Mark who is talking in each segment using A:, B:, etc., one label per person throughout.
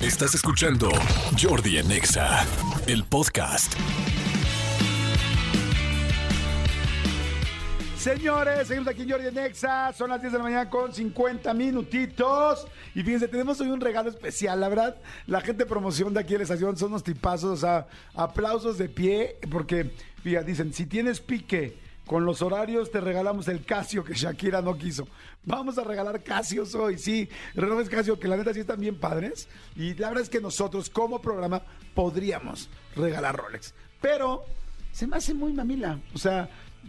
A: Estás escuchando Jordi en Exa, el podcast.
B: Señores, seguimos aquí en Jordi Nexa, son las 10 de la mañana con 50 minutitos. Y fíjense, tenemos hoy un regalo especial, la verdad. La gente de promoción de aquí de la estación son unos tipazos, o sea, aplausos de pie, porque, fíjate, dicen, si tienes pique con los horarios, te regalamos el Casio que Shakira no quiso. Vamos a regalar Casios hoy, sí, relojes Casio, que la neta sí están bien padres. Y la verdad es que nosotros, como programa, podríamos regalar Rolex. Pero se me hace muy mamila, o sea...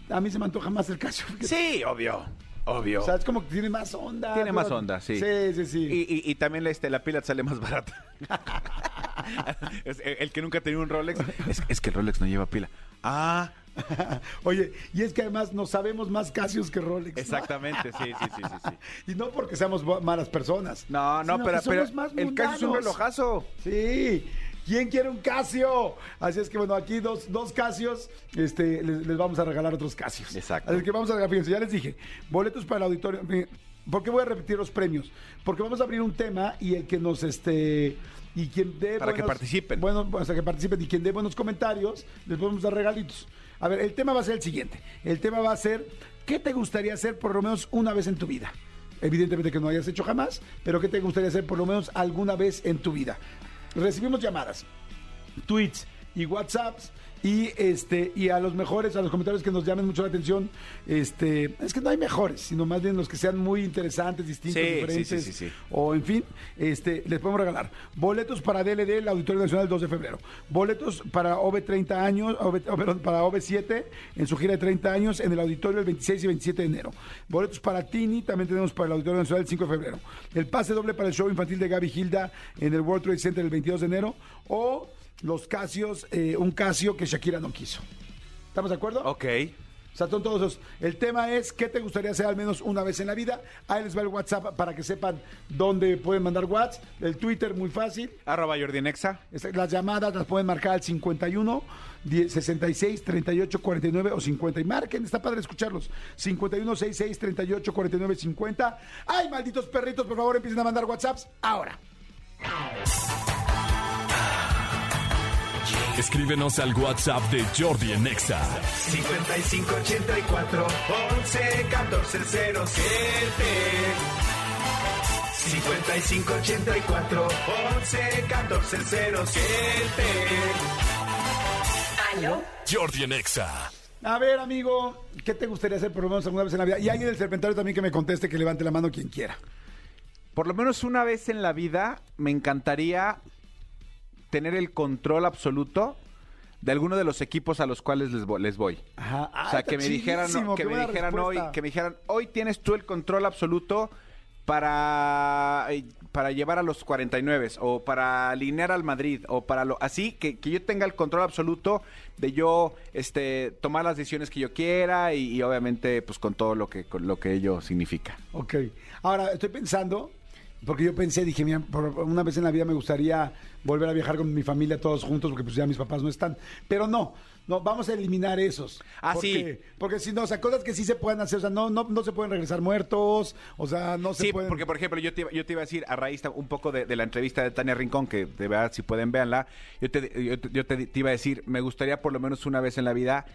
B: A mí se me antoja más el Casio. fíjate.
C: Sí, obvio. Obvio.
B: O sea, es como que tiene más onda.
C: Tiene
B: pero-
C: más onda, sí.
B: Sí, sí, sí.
C: Y, y- y también la, este, la pila te sale más barata. Es- el, el que nunca tenía un Rolex. Es, es que el Rolex no lleva pila. Ah,
B: Oye, y es que además nos sabemos más Casios que Rolex. ¿no?
C: exactamente, sí, sí, sí, sí. sí.
B: Y no porque seamos bo- malas personas.
C: No, no,
B: sino
C: pero,
B: que somos
C: pero
B: más
C: el Casio es un
B: mundanos.
C: relojazo.
B: Sí. ¿Quién quiere un Casio? Así es que bueno, aquí dos, dos Casios, este, les, les vamos a regalar otros Casios.
C: Exacto.
B: Así que vamos a regalar, fíjense, ya les dije, boletos para el auditorio. Miren, ¿Por qué voy a repetir los premios? Porque vamos a abrir un tema y el que nos este y quien dé
C: Para que participen.
B: Bueno, o sea, que participen y quien dé buenos comentarios, les podemos dar regalitos. A ver, el tema va a ser el siguiente. El tema va a ser ¿qué te gustaría hacer por lo menos una vez en tu vida? Evidentemente que no hayas hecho jamás, pero ¿qué te gustaría hacer por lo menos alguna vez en tu vida? Recibimos llamadas tweets y WhatsApps y este y a los mejores, a los comentarios que nos llamen mucho la atención, este, es que no hay mejores, sino más bien los que sean muy interesantes, distintos,
C: Sí, sí,
B: diferentes
C: sí, sí, sí.
B: o en fin, este, les podemos regalar boletos para DLD, el Auditorio Nacional el 2 de febrero, boletos para OV 30 años, OV, oh, perdón, para OV 7 en su gira de 30 años en el Auditorio el 26 y 27 de enero, boletos para Tini, también tenemos para el Auditorio Nacional el 5 de febrero, el pase doble para el show infantil de Gaby Hilda en el World Trade Center el 22 de enero o los Casios, eh, un Casio que Shakira no quiso. ¿Estamos de acuerdo?
C: Ok.
B: O sea, son todos esos. El tema es qué te gustaría hacer al menos una vez en la vida. Ahí les va el WhatsApp para que sepan dónde pueden mandar WhatsApp. El Twitter, muy fácil.
C: Arroba Jordi Nexa.
B: Esta- Las llamadas las pueden marcar al 51 10, 66 38 49 o 50. Y marquen, está padre escucharlos. 51 66 38 49 50. ¡Ay, malditos perritos! Por favor, empiecen a mandar WhatsApps ahora.
A: Escríbenos al WhatsApp de Jordi en Exa.
D: 5584 11 14 07 5584 11 14 07
A: Jordi en Exa.
B: A ver, amigo, ¿qué te gustaría hacer por lo menos alguna vez en la vida? Y alguien del serpentario también que me conteste, que levante la mano quien quiera.
C: Por lo menos una vez en la vida me encantaría tener el control absoluto de alguno de los equipos a los cuales les, vo- les voy.
B: Ajá.
C: o
B: Ah,
C: sea,
B: está
C: que me dijeran,
B: chidísimo,
C: que
B: qué
C: me
B: buena
C: dijeran hoy,
B: respuesta.
C: que me dijeran, hoy tienes tú el control absoluto para, eh, para llevar a los 49 o para alinear al Madrid o para lo así que, que yo tenga el control absoluto de yo este tomar las decisiones que yo quiera y, y obviamente pues con todo lo que con lo que ello significa.
B: Ok. Ahora, estoy pensando, porque yo pensé, dije, mira, por una vez en la vida me gustaría volver a viajar con mi familia todos juntos, porque pues ya mis papás no están. Pero no, no, vamos a eliminar esos.
C: Ah,
B: porque,
C: sí.
B: Porque si no, o sea, cosas que sí se pueden hacer, o sea, no, no, no se pueden regresar muertos, o sea, no se
C: Sí,
B: pueden...
C: porque por ejemplo, yo te, iba- yo te iba a decir a raíz ta- un poco de, de la entrevista de Tania Rincón, que de verdad, si pueden, véanla. Yo, te, yo, te- yo te, te iba a decir, me gustaría por lo menos una vez en la vida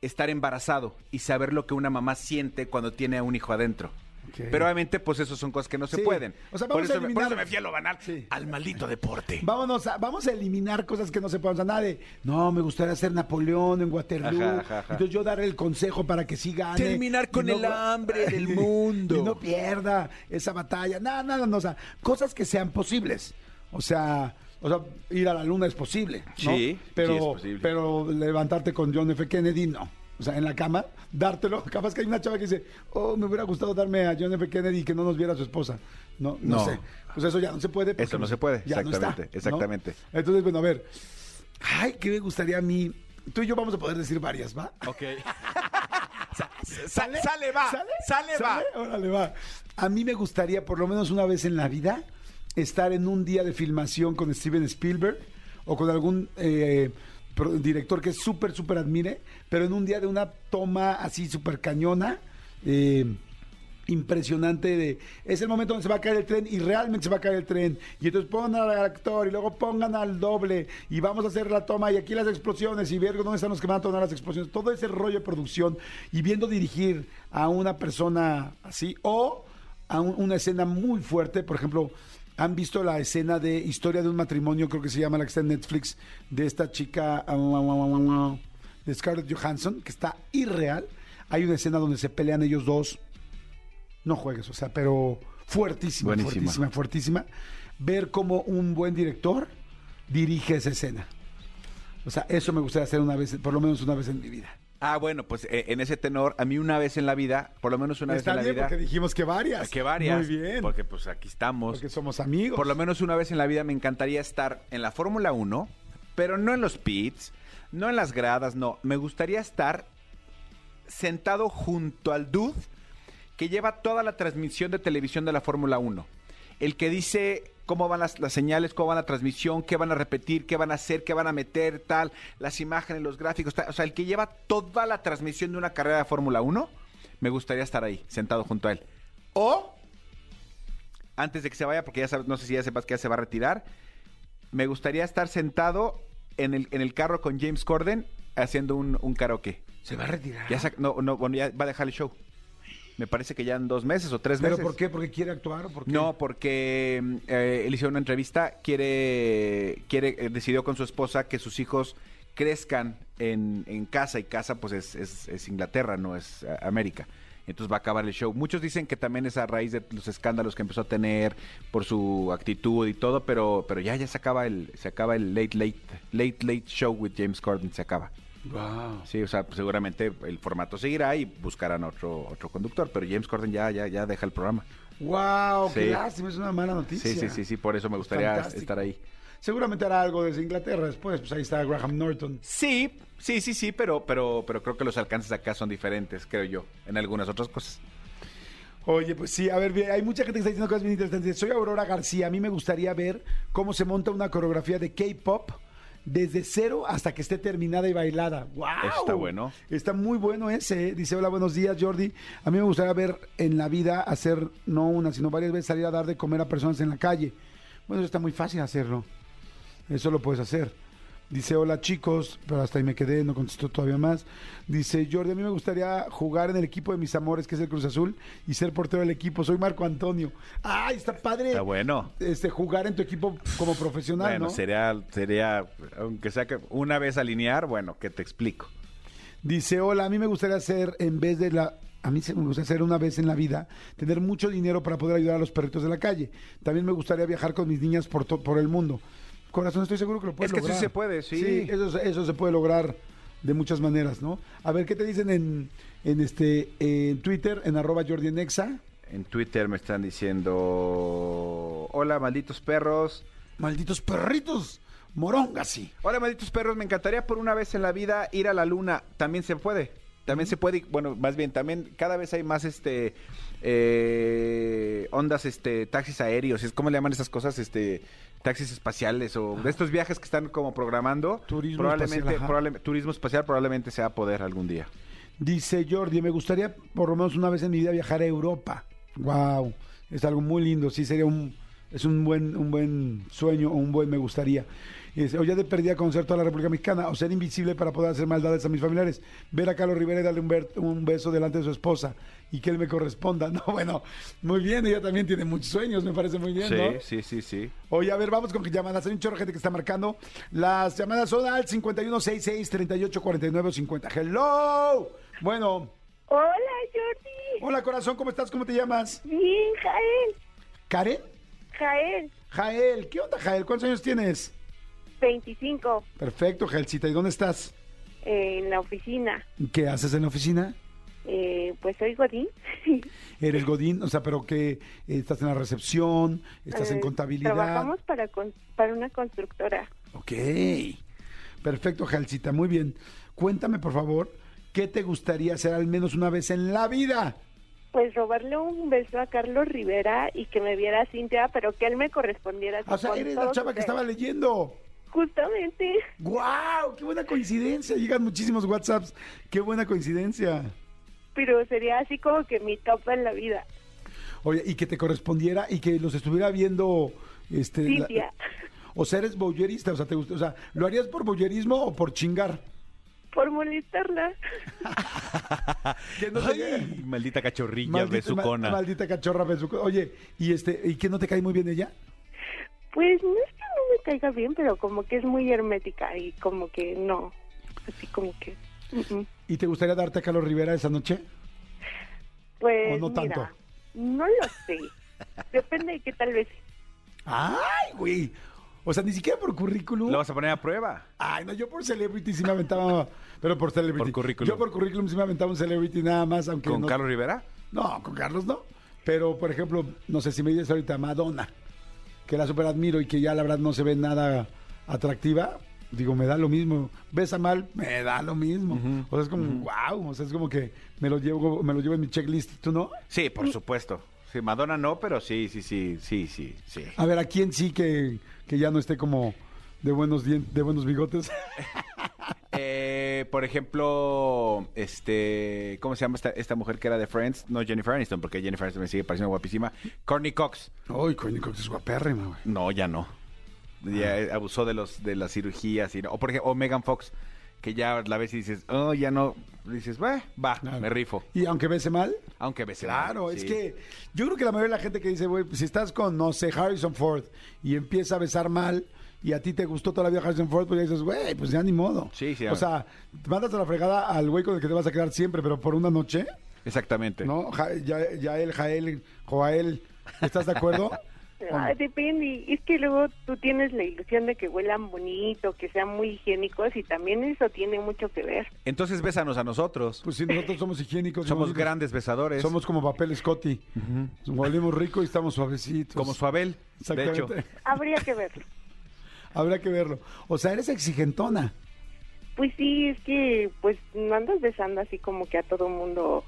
C: estar embarazado y saber lo que una mamá siente cuando tiene a un hijo adentro.
B: Ok.
C: Pero obviamente, pues eso son cosas que no
B: Sí.
C: se pueden.
B: O sea,
C: por,
B: vamos a
C: eso me, por
B: eliminar-
C: eso me fui a lo banal,
B: Sí.
C: al maldito deporte.
B: Vámonos a, vamos a eliminar cosas que no se pueden. O sea, nada de, no, me gustaría ser Napoleón en Waterloo.
C: Ajá, ajá, ajá.
B: Entonces yo daré el consejo para que sí gane.
C: Terminar
B: y
C: con el hambre del mundo.
B: Y no pierda esa batalla. Nada, nada, no. O sea, cosas que sean posibles. O sea, o sea ir a la luna es posible. ¿no?
C: Sí,
B: pero,
C: sí es posible.
B: Pero levantarte con John F. Kennedy, no. O sea, en la cama, dártelo. Capaz que hay una chava que dice, oh, me hubiera gustado darme a John F. Kennedy y que no nos viera su esposa. No, no,
C: No.
B: sé. Pues eso ya no se puede. porque
C: Eso no se puede,
B: ya no está,
C: exactamente,
B: ¿no?
C: exactamente.
B: Entonces, bueno, a ver. Ay, ¿qué me gustaría a mí? Tú y yo vamos a poder decir varias, ¿va?
C: Ok. ¿Sale? sale, va. Sale, va.
B: Órale, va. A mí me gustaría, por lo menos una vez en la vida, estar en un día de filmación con Steven Spielberg o con algún eh, pro- director que súper, súper admire, pero en un día de una toma así súper cañona. eh, impresionante de es el momento donde se va a caer el tren y realmente se va a caer el tren y entonces pongan al actor y luego pongan al doble y vamos a hacer la toma y aquí las explosiones y ver dónde están los que van a tomar las explosiones todo ese rollo de producción y viendo dirigir a una persona así o a un- una escena muy fuerte por ejemplo han visto la escena de historia de un matrimonio creo que se llama la que está en Netflix de esta chica de Scarlett Johansson que está irreal hay una escena donde se pelean ellos dos no juegues, o sea, pero fuertísima,
C: Buenísima.
B: fuertísima, fuertísima. Ver cómo un buen director dirige esa escena. O sea, eso me gustaría hacer una vez, por lo menos una vez en mi vida.
C: Ah, bueno, pues eh, en ese tenor, a mí una vez en la vida, por lo menos una
B: Está
C: vez
B: bien
C: en la
B: porque
C: vida.
B: dijimos que varias.
C: Que varias.
B: Muy bien. Porque,
C: Porque pues aquí estamos.
B: somos amigos.
C: Por lo menos una vez en la vida me encantaría estar en la Fórmula 1, pero no en los pits, no en las gradas, no. Me gustaría estar sentado junto al dude que lleva toda la transmisión de televisión de la Fórmula 1. El que dice cómo van las, las señales, cómo va la transmisión, qué van a repetir, qué van a hacer, qué van a meter, tal, las imágenes, los gráficos, tal. O sea, el que lleva toda la transmisión de una carrera de Fórmula 1, me gustaría estar ahí, sentado junto a él. O antes de que se vaya, porque ya sabes, no sé si ya sepas que ya se va a retirar. Me gustaría estar sentado en el, en el carro con James Corden haciendo un, un karaoke.
B: se va a retirar.
C: Ya sac- no, no, bueno, ya va a dejar el show. Me parece que ya en dos meses o tres
B: ¿Pero
C: meses.
B: por qué? ¿Porque quiere actuar? o por qué?
C: No, porque mm, eh, él hizo una entrevista, quiere, quiere, eh, decidió con su esposa que sus hijos crezcan en, en casa y casa pues es, es- es Inglaterra, no es eh, América. Entonces va a acabar el show. Muchos dicen que también es a raíz de los escándalos que empezó a tener por su actitud y todo, pero, pero ya, ya se acaba el, se acaba el late, late, late, late show with James Corden, se acaba.
B: Wow.
C: Sí, o sea, pues, seguramente el formato seguirá y buscarán otro, otro conductor, pero James Corden ya, ya, ya deja el programa.
B: Wow, qué
C: Sí.
B: lástima, es una mala noticia.
C: Sí, sí, sí, sí, por eso me gustaría
B: Fantástico.
C: estar ahí.
B: Seguramente hará algo desde Inglaterra después, pues ahí está Graham Norton.
C: Sí, sí, sí, sí, pero, pero, pero creo que los alcances acá son diferentes, creo yo, en algunas otras cosas.
B: Oye, pues sí, a ver, bien, hay mucha gente que está diciendo cosas bien interesantes. Soy Aurora García, a mí me gustaría ver cómo se monta una coreografía de K-pop desde cero hasta que esté terminada y bailada. ¡Wow!
C: Eso está bueno.
B: Está muy bueno ese. ¿eh? Dice, hola, buenos días, Jordi. A mí me gustaría ver en la vida hacer, no una, sino varias veces salir a dar de comer a personas en la calle. Bueno, eso está muy fácil hacerlo. Eso lo puedes hacer. Dice, hola chicos, pero hasta ahí me quedé, no contestó todavía más. Dice, Jordi, a mí me gustaría jugar en el equipo de mis amores, que es el Cruz Azul, y ser portero del equipo. Soy Marco Antonio. ¡Ay, está padre!
C: Está bueno.
B: Este, jugar en tu equipo como profesional,
C: bueno,
B: ¿no?
C: sería, sería, aunque sea que una vez alinear, bueno, que te explico.
B: Dice, hola, a mí me gustaría hacer, en vez de la... A mí se me gustaría hacer una vez en la vida, tener mucho dinero para poder ayudar a los perritos de la calle. También me gustaría viajar con mis niñas por, to- por el mundo. Corazón, estoy seguro que lo puedes
C: Es que sí
B: lograr.
C: se puede, sí.
B: eso, se- eso se puede lograr de muchas maneras, ¿no? A ver, ¿qué te dicen en, en, este, en Twitter, en arroba Jordi en Exa?
C: En Twitter me están diciendo, hola malditos perros.
B: Malditos perritos, morongas, sí.
C: Hola malditos perros, me encantaría por una vez en la vida ir a la luna, también se puede. También se puede, y, bueno, más bien, también cada vez hay más este eh, ondas, este, taxis aéreos, es- ¿cómo le llaman esas cosas? Este, taxis espaciales o de estos viajes que están como programando.
B: Turismo
C: probablemente,
B: espacial, ajá.
C: probable- turismo espacial probablemente se va a poder algún día.
B: Dice Jordi, me gustaría por lo menos una vez en mi vida viajar a Europa. Wow, es algo muy lindo, sí sería un es un buen un buen sueño o un buen me gustaría. Y dice, o ya de perdida conocer toda la República Mexicana o ser invisible para poder hacer maldades a mis familiares. Ver a Carlos Rivera y darle un, ber- un beso delante de su esposa y que él me corresponda. No, bueno, muy bien, ella también tiene muchos sueños, me parece muy bien,
C: sí,
B: ¿no?
C: sí, sí, sí.
B: Oye, a ver, vamos con llamadas. Hay un chorro de gente que está marcando. Las llamadas son al 5166-3849 o 50. ¡Hello! Bueno,
E: Hola, Jordi.
B: hola corazón, ¿cómo estás? ¿Cómo te llamas?
E: Bien, Jael.
B: ¿Karen?
E: Jael,
B: Jael. ¿Qué onda, Jael? ¿Cuántos años tienes?
E: 25,
B: Perfecto, Jaelcita. ¿Y dónde estás?
E: eh, en la oficina.
B: ¿Qué haces en la oficina?
E: Eh, pues soy Godín.
B: Eres Godín, o sea, pero que eh, estás en la recepción, estás en
E: Eh,
B: contabilidad.
E: Trabajamos para, con- para una constructora.
B: Ok. Perfecto, Jalcita. Muy bien. Cuéntame, por favor, ¿qué te gustaría hacer al menos una vez en la vida?
E: Pues robarle un beso a Carlos Rivera y que me viera Cintia, pero que él me correspondiera.
B: O sea,
E: con
B: eres la
E: todos
B: chava que
E: ustedes.
B: estaba leyendo.
E: Justamente.
B: ¡Guau! ¡Qué buena coincidencia! Llegan muchísimos WhatsApps. ¡Qué buena coincidencia!
E: pero sería así como que mi top en la vida.
B: Oye, y que te correspondiera y que los estuviera viendo. Este, la-
E: Cintia,
B: o sea, eres boyerista, o sea, te gusta. O sea, ¿lo harías por boyerismo o por chingar?
E: por molestarla.
B: Que no te-
F: Ay, maldita cachorrilla
B: Maldita, ma-
F: besucona.
B: maldita cachorra besucona. Oye, ¿y este y que no te cae muy bien ella?
E: Pues no es que no me caiga bien, pero como que es muy hermética y como que no. Así como que. mm, mm.
B: ¿Y te gustaría darte a Carlos Rivera esa noche?
E: Pues.
B: ¿O no
E: mira,
B: tanto?
E: no lo sé. Depende de qué tal vez.
B: ¡Ay, güey! O sea, ni siquiera por currículum.
C: Lo vas a poner a prueba.
B: Ay, no, yo por celebrity sí me aventaba. pero por celebrity.
F: Por currículum.
B: Yo por currículum sí me aventaba un celebrity nada más, aunque.
C: ¿Con
B: no,
C: Carlos Rivera?
B: No, con Carlos no. Pero, por ejemplo, no sé si me dices ahorita Madonna, que la super admiro y que ya la verdad no se ve nada atractiva. Digo, me da lo mismo. Besa mal, me da lo mismo. O sea, es como, wow. O sea, es como que me lo llevo, me lo llevo en mi checklist. ¿Tú no?
C: Sí, por supuesto. Sí, Madonna no, pero sí, sí, sí, sí, sí, sí.
B: A ver, ¿a quién sí que, que ya no esté como de buenos dien- de buenos bigotes?
C: Eh, por ejemplo, este, ¿cómo se llama esta, esta mujer que era de Friends? No Jennifer Aniston, porque Jennifer Aniston me sigue pareciendo guapísima. Courtney Cox.
B: Ay, coño, creo que es guapérrima, güey.
C: No, ya no. Ya
B: Ah.
C: eh, abusó de los de las cirugías y no- o por ejemplo, o Megan Fox, que ya la ves y dices, "Oh, ya no." Dices, "Bah, va,
B: Claro.
C: me rifo."
B: Y aunque bese mal,
C: Aunque ves
B: Ah. Claro, es que yo creo que la mayoría de la gente que dice, güey, pues, si estás con, no sé, Harrison Ford y empieza a besar mal y a ti te gustó toda la vida Harrison Ford, pues ya dices, güey, pues ya ni modo.
C: Sí, sí,
B: O sea, te mandas a la fregada al güey con el que te vas a quedar siempre, pero por una noche,
C: Exactamente.
B: ¿no? Ja- ya, Yael, Jael, Joael, ¿estás de acuerdo? Pues,
E: Ay, depende. Es que luego tú tienes la ilusión de que huelan bonito, que sean muy higiénicos y también eso tiene mucho que ver.
C: Entonces bésanos a nosotros.
B: Pues si nosotros somos higiénicos.
C: Somos
B: nosotros
C: grandes besadores.
B: Somos como papel Scotty. Volvemos rico y estamos suavecitos.
C: como Suabel, de hecho.
B: Exactamente.
E: Habría que verlo.
B: Habrá que verlo. O sea, eres exigentona.
E: Pues sí, es que pues no andas besando así como que a todo mundo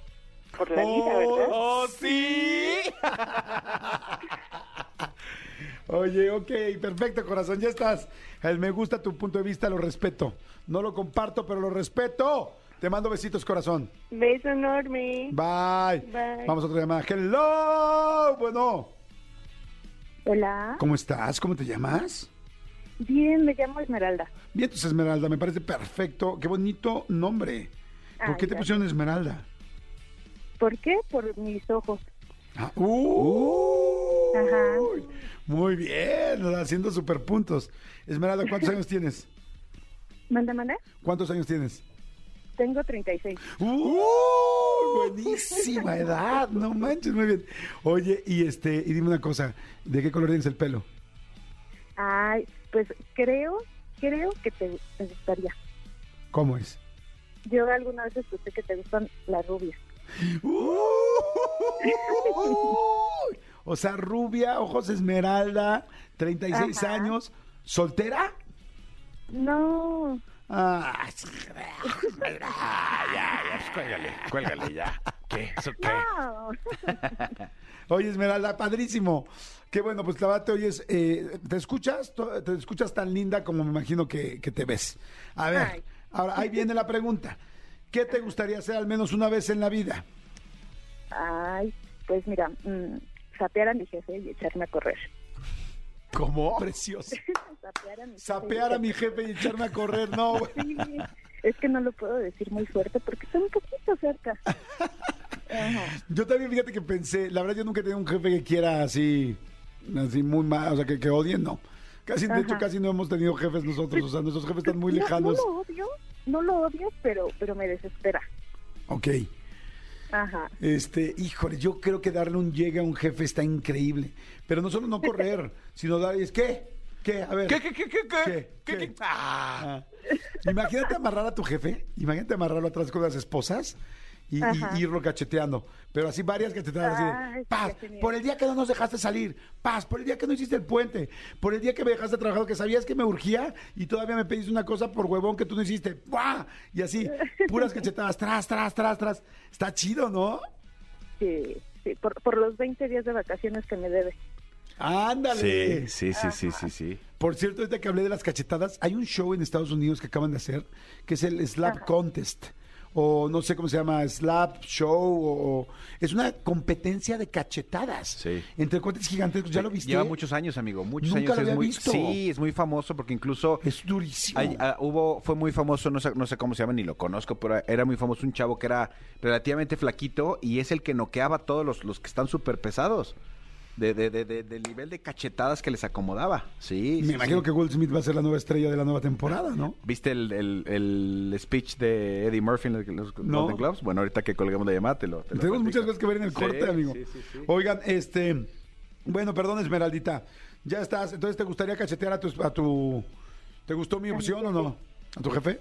E: por la vida, ¿verdad?
F: ¡Oh, sí!
B: Oye, ok, perfecto, corazón, ya estás. El me gusta tu punto de vista, lo respeto. No lo comparto, pero lo respeto. Te mando besitos, corazón.
E: Beso enorme.
B: Bye.
E: Bye.
B: Vamos a otra llamada. Hello. Bueno,
G: Hola.
B: ¿cómo estás? ¿Cómo te llamas?
G: Bien, me llamo Esmeralda.
B: Bien, tus Esmeralda, me parece perfecto. Qué bonito nombre. ¿Por
G: Ay,
B: qué te
G: gracias.
B: pusieron Esmeralda?
G: ¿Por qué? Por mis ojos.
B: Ah, uy.
G: Ajá.
B: Muy bien, haciendo super puntos. Esmeralda, ¿cuántos años tienes?
G: Manda, manda.
B: ¿Cuántos años tienes?
G: Tengo 36.
B: ¡Uh! Buenísima edad, no manches, muy bien. Oye, y este, y dime una cosa, ¿de qué color tienes el pelo?
G: Ay, pues creo, creo que te, te gustaría.
B: ¿Cómo es?
G: Yo alguna vez escuché que te gustan las rubias.
B: ¡Uh! O sea, rubia, ojos esmeralda, 36
G: Ajá.
B: años, soltera.
G: No.
B: Ah,
F: Cuélgale, cuélgale ya. ¿Qué? ¿Eso qué?
G: No.
B: oye, Esmeralda, padrísimo. Qué bueno, pues la verdad te oyes, eh, te escuchas, To- te escuchas tan linda como me imagino que, que te ves. A ver,
G: Ay.
B: ahora ahí viene la pregunta. ¿Qué te gustaría hacer al menos una vez en la vida?
G: Ay, pues mira, mm, sapear a mi jefe y echarme a correr.
B: ¿Cómo? Precioso.
G: Sapear a mi jefe y
B: Sapear a mi
G: echarme-
B: jefe y echarme a correr, no, güey.
G: Sí, es que no lo puedo decir muy fuerte porque está un poquito cerca. Ajá.
B: Yo también, fíjate que pensé, la verdad yo nunca he tenido un jefe que quiera así, así muy mal, o sea, que, que odien, no. Casi, de hecho,
G: Ajá.
B: casi no hemos tenido jefes nosotros, o sea, nuestros jefes están muy
G: No-
B: lejanos.
G: No, lo odio, no lo odio, pero, pero me desespera.
B: Ok,
G: Ajá.
B: este, híjole, yo creo que darle un llegue a un jefe está increíble, pero no solo no correr, sino dar, es, ¿qué? ¿Qué? A ver.
F: ¿Qué, qué, qué, qué, qué? ¿Qué,
B: ¿Qué?
F: qué? Ah.
B: Ah. Imagínate amarrar a tu jefe, imagínate amarrarlo atrás con las esposas y, y-
G: Ajá.
B: y irlo cacheteando. Pero así varias cachetadas. Así de,
G: Ay,
B: paz,
G: qué genial.
B: por el día que no nos dejaste salir, paz, por el día que no hiciste el puente, por el día que me dejaste trabajado, que sabías que me urgía y todavía me pediste una cosa por huevón que tú no hiciste. ¡Buah! Y así, puras cachetadas, tras, tras, tras, tras. Está chido, ¿no?
G: Sí, sí, por, por los 20 días de vacaciones que me debe.
B: Ándale.
C: Sí, sí, sí, sí, sí, sí.
B: Por cierto, ahorita que hablé de las cachetadas, hay un show en Estados Unidos que acaban de hacer, que es el Slap Contest. o no sé cómo se llama, slap, show, o, o- es una competencia de cachetadas
C: Sí.
B: entre cuates gigantescos. ¿Ya lo viste?
C: Este, Lleva muchos años, amigo. Muchos
B: Nunca lo
C: años. es
B: había
C: muy,
B: visto.
C: Sí, es muy famoso porque incluso
B: Es durísimo.
C: Hay- ah, hubo, fue muy famoso, no sé, no sé cómo se llama ni lo conozco, pero era muy famoso un chavo que era relativamente flaquito y es el que noqueaba a todos los, los que están súper pesados. De, de- de- de- del nivel de cachetadas que les acomodaba. Sí.
B: Me
C: sí,
B: imagino
C: sí.
B: que Will Smith va a ser la nueva estrella de la nueva temporada, ¿no?
C: ¿Viste el, el- el speech de Eddie Murphy en los, los
B: No.
C: Golden Globes? Bueno, ahorita que colguemos la llamada, te lo. te lo
B: Tenemos
C: platico.
B: muchas cosas que ver en el
C: Sí,
B: corte, amigo.
C: sí, sí, sí.
B: Oigan, este. Bueno, perdón, Esmeraldita. Ya estás. Entonces, ¿te gustaría cachetear a tu. A tu ¿Te gustó mi opción o no? ¿A tu jefe?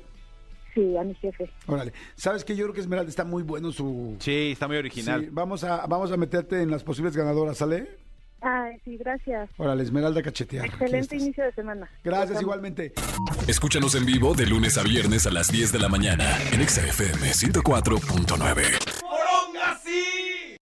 G: Sí, a mi jefe.
B: Órale. ¿Sabes qué? Yo creo que Esmeralda está muy bueno su.
C: Sí, está muy original.
B: Sí, vamos, a, vamos a meterte en las posibles ganadoras, ¿sale?
G: Ay, sí, gracias.
B: Órale, Esmeralda cachetear. Aquí
G: Excelente
B: estás.
G: inicio de semana. Nos
B: Gracias,
G: vemos.
B: igualmente.
A: Escúchanos en vivo de lunes a viernes a las 10 de la mañana en Exa FM 104.9.